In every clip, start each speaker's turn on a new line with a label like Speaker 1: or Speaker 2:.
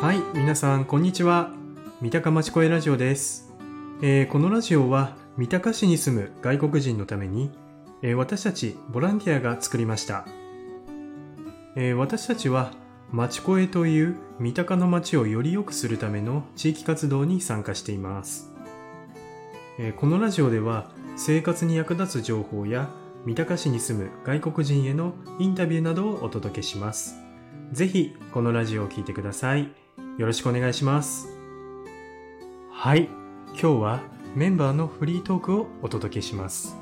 Speaker 1: はい皆さんこんにちは三鷹町声ラジオです、えーこのラジオは三鷹市に住む外国人のために、えー私たちボランティアが作りました、えー私たちは町声という三鷹の町をより良くするための地域活動に参加しています、えーこのラジオでは生活に役立つ情報や三鷹市に住む外国人へのインタビューなどをお届けしますぜひこのラジオを聞いてくださいよろしくお願いしますはい今日はメンバーのフリートークをお届けします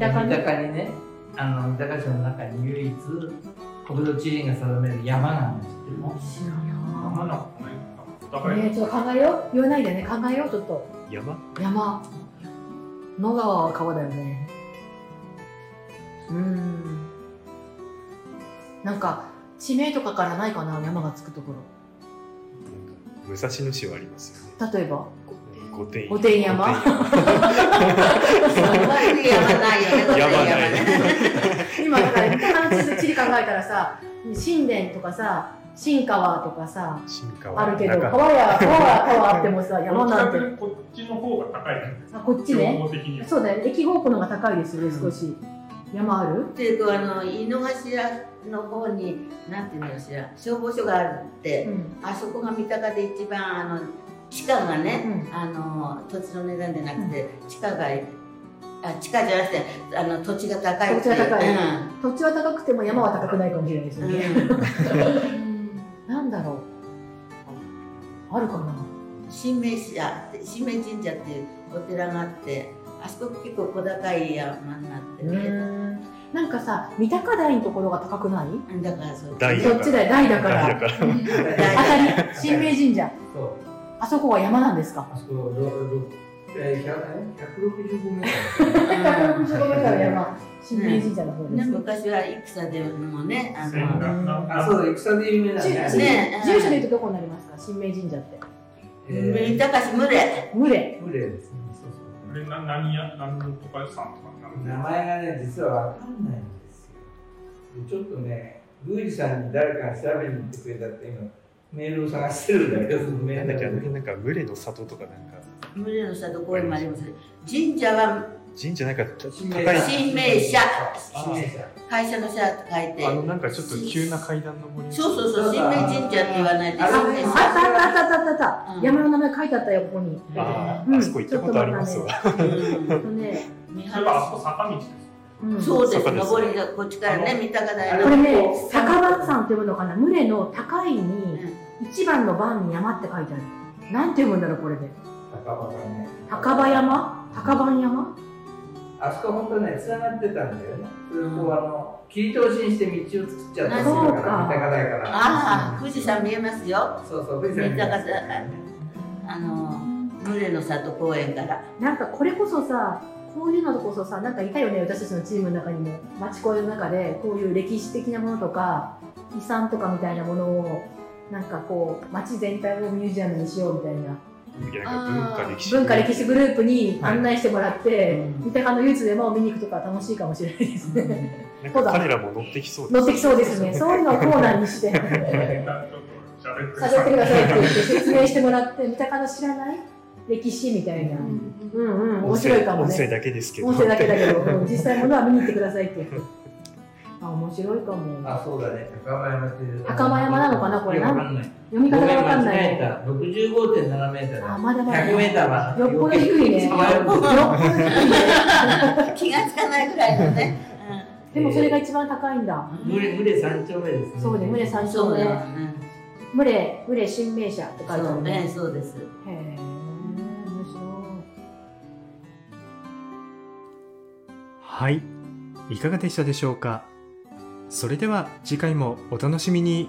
Speaker 2: 三
Speaker 3: 三
Speaker 2: 鷹
Speaker 3: 鷹
Speaker 2: に
Speaker 3: にねあの三鷹市の中に唯一国土地理院が定める山があるんですけども
Speaker 2: 知らん
Speaker 4: 山なんかね、だから、
Speaker 2: なねえちょっと考えよう言わないでね考えようちょっと
Speaker 1: 山
Speaker 2: 山野川は川だよねうーんなんか地名とかからないかな山がつくところ
Speaker 1: 武蔵野市はありますよね
Speaker 2: 例えば
Speaker 1: 御殿
Speaker 2: 御殿山
Speaker 1: 御殿
Speaker 3: 山ないよね
Speaker 1: 山山ない
Speaker 2: 今だから三鷹の地図地理考えたらさ神殿とかさ新川とかさ
Speaker 1: 新川
Speaker 2: あるけど
Speaker 1: 中
Speaker 2: 川や川や川あっても さ山なん
Speaker 4: ど
Speaker 2: て
Speaker 4: っちかというとこっちの方が高いじゃないですか。
Speaker 2: あこっちね
Speaker 4: 標高的には。
Speaker 2: そうだよ駅方向の方が高いですよね少し、山ある
Speaker 5: っていうかあの井の頭の方になんていうのかしら消防署があるって、
Speaker 2: うん
Speaker 5: あそこが三鷹で一番あの地価がね、あの土地の値段じゃなくて、地価があ地価じゃなくてあの土地が高いってい
Speaker 2: 土
Speaker 5: う
Speaker 2: 地が高い
Speaker 5: うん
Speaker 2: 土地は高くても山は高くないかもしれないですよね、
Speaker 5: うん
Speaker 2: なんだろうあるかな
Speaker 5: 神明社神明神社っていうお寺があってあそこ結構小高い山になってる、
Speaker 2: なんかさ三鷹台のところが高くない
Speaker 5: だからそう
Speaker 1: 大
Speaker 2: ど
Speaker 1: だから
Speaker 2: っちだよ台だから
Speaker 1: から
Speaker 2: 当
Speaker 5: 大
Speaker 2: たり神明神社
Speaker 3: そう
Speaker 2: あそこは山なんですか
Speaker 3: あそころろえー100 165メ
Speaker 2: 165メートル
Speaker 3: ート
Speaker 2: 山神明神社の方で
Speaker 5: ね、
Speaker 2: す、
Speaker 5: 昔は戦でもねあ
Speaker 4: 千
Speaker 5: の
Speaker 4: 賀なん
Speaker 3: ル
Speaker 4: か
Speaker 3: あそう戦で有名なん
Speaker 2: 住
Speaker 3: だ
Speaker 2: 住
Speaker 3: ね
Speaker 5: ね
Speaker 2: 住所で言うとどこになりますか神明神社って
Speaker 5: 三
Speaker 3: え
Speaker 5: 鷹市群れ
Speaker 2: 群れ
Speaker 3: ー、無礼ですねそうそ
Speaker 4: あれな何や何のとかさんとかな
Speaker 3: うん名
Speaker 4: か
Speaker 3: 前がね実はわかんないんですよでちょっとね宮司さんに誰かが調べに行ってくれたって今メールを探してるんだけどメールがね
Speaker 1: なんか群れの里とかなんか
Speaker 5: 群れの里公園もあります神社は
Speaker 1: 神社なんか
Speaker 5: 神明社
Speaker 3: 神明社
Speaker 5: 会社の社と書いて
Speaker 1: あのなんかちょっと急な階段登り
Speaker 5: そうそうそう神明神社って言わないで神明
Speaker 2: あっ
Speaker 5: 社
Speaker 2: たあったあったあったあった、
Speaker 5: うん
Speaker 2: 山の名前書いてあったよここに
Speaker 1: あ
Speaker 2: う
Speaker 1: ー
Speaker 2: ん
Speaker 1: あそこ行ったことありますわ
Speaker 5: うん
Speaker 2: あのね、
Speaker 5: 見
Speaker 4: それはあ
Speaker 5: 晴
Speaker 4: そこ坂道ですよ。
Speaker 2: うん、
Speaker 5: そうです
Speaker 1: 坂です
Speaker 5: 上りがこっちからね
Speaker 4: あの
Speaker 5: 三鷹
Speaker 3: あ
Speaker 5: 台
Speaker 2: こ
Speaker 5: の
Speaker 2: れね、坂番山って読むのかな、群れの高いに、一番の番に山って書いてある。なんて読むんだろう、これで。
Speaker 3: 高場がね
Speaker 2: 高場山高番山
Speaker 3: あそこ本当ね、繋がってたんだよね。それをこう、あの、切り通しにして道を作っちゃったりする
Speaker 2: そう
Speaker 3: か、
Speaker 2: から
Speaker 3: 三鷹台から。
Speaker 5: ああ富士山見えますよ
Speaker 3: そうそう、富士
Speaker 5: 三
Speaker 3: 山。
Speaker 5: 鷹さあの群れの里公園から
Speaker 2: なんかこれこそさ、こういうのこそさ、なんかいたよね、私たちのチームの中にも。町恋の中で、こういう歴史的なものとか、遺産とかみたいなものを、なんかこう、町全体をミュージアムにしようみたいな。
Speaker 1: いやなんか文化歴史
Speaker 2: 文化歴史グループに
Speaker 1: はい
Speaker 2: 案内してもらって、
Speaker 3: う
Speaker 2: 三
Speaker 3: ん
Speaker 2: 鷹の唯一の山を見に行くとか楽しいかもしれないですね。
Speaker 1: なんか彼らも乗ってきそう
Speaker 2: 乗ってきそうですね。そういうのをコーナーにして、
Speaker 4: 一旦ちょっと喋ってくだ
Speaker 2: 喋っ
Speaker 4: さ
Speaker 2: て
Speaker 4: い
Speaker 2: く。ださいって言って説明してもらって、三鷹の知らない歴史みたいな。
Speaker 3: う
Speaker 2: うんうん、面白いかも
Speaker 1: 音声
Speaker 2: ね。
Speaker 1: だけですけど
Speaker 2: 音声だけだけど、うん実際ものは見に行ってくださいって。あ、面白いかも。
Speaker 3: あ、そうだね、高場山っていう。
Speaker 2: 高場山なのかなこれ
Speaker 3: いやわかんない。
Speaker 2: 読み方がわかんな
Speaker 3: 間違え
Speaker 2: い。
Speaker 3: た。65.7メー
Speaker 2: あ、
Speaker 3: タ
Speaker 2: まだ
Speaker 3: ー
Speaker 2: まだ。
Speaker 3: だ。100メーターは。
Speaker 2: よっぽど低 いね。よっぽど低いね。
Speaker 5: 気がつかないくらいのね
Speaker 2: でもそれが一番高いんだ。
Speaker 5: うん
Speaker 3: 群れ、群れ三丁目ですね。
Speaker 2: そうね、群れ三丁
Speaker 5: そう
Speaker 2: 目
Speaker 5: ね。うん
Speaker 2: 群れ、群れ新名社って書いてあ
Speaker 5: そう
Speaker 2: る
Speaker 5: ね
Speaker 2: ね。
Speaker 5: そうです
Speaker 2: へえ、面白い。
Speaker 1: はいいかがでしたでしょうかそれでは次回もお楽しみに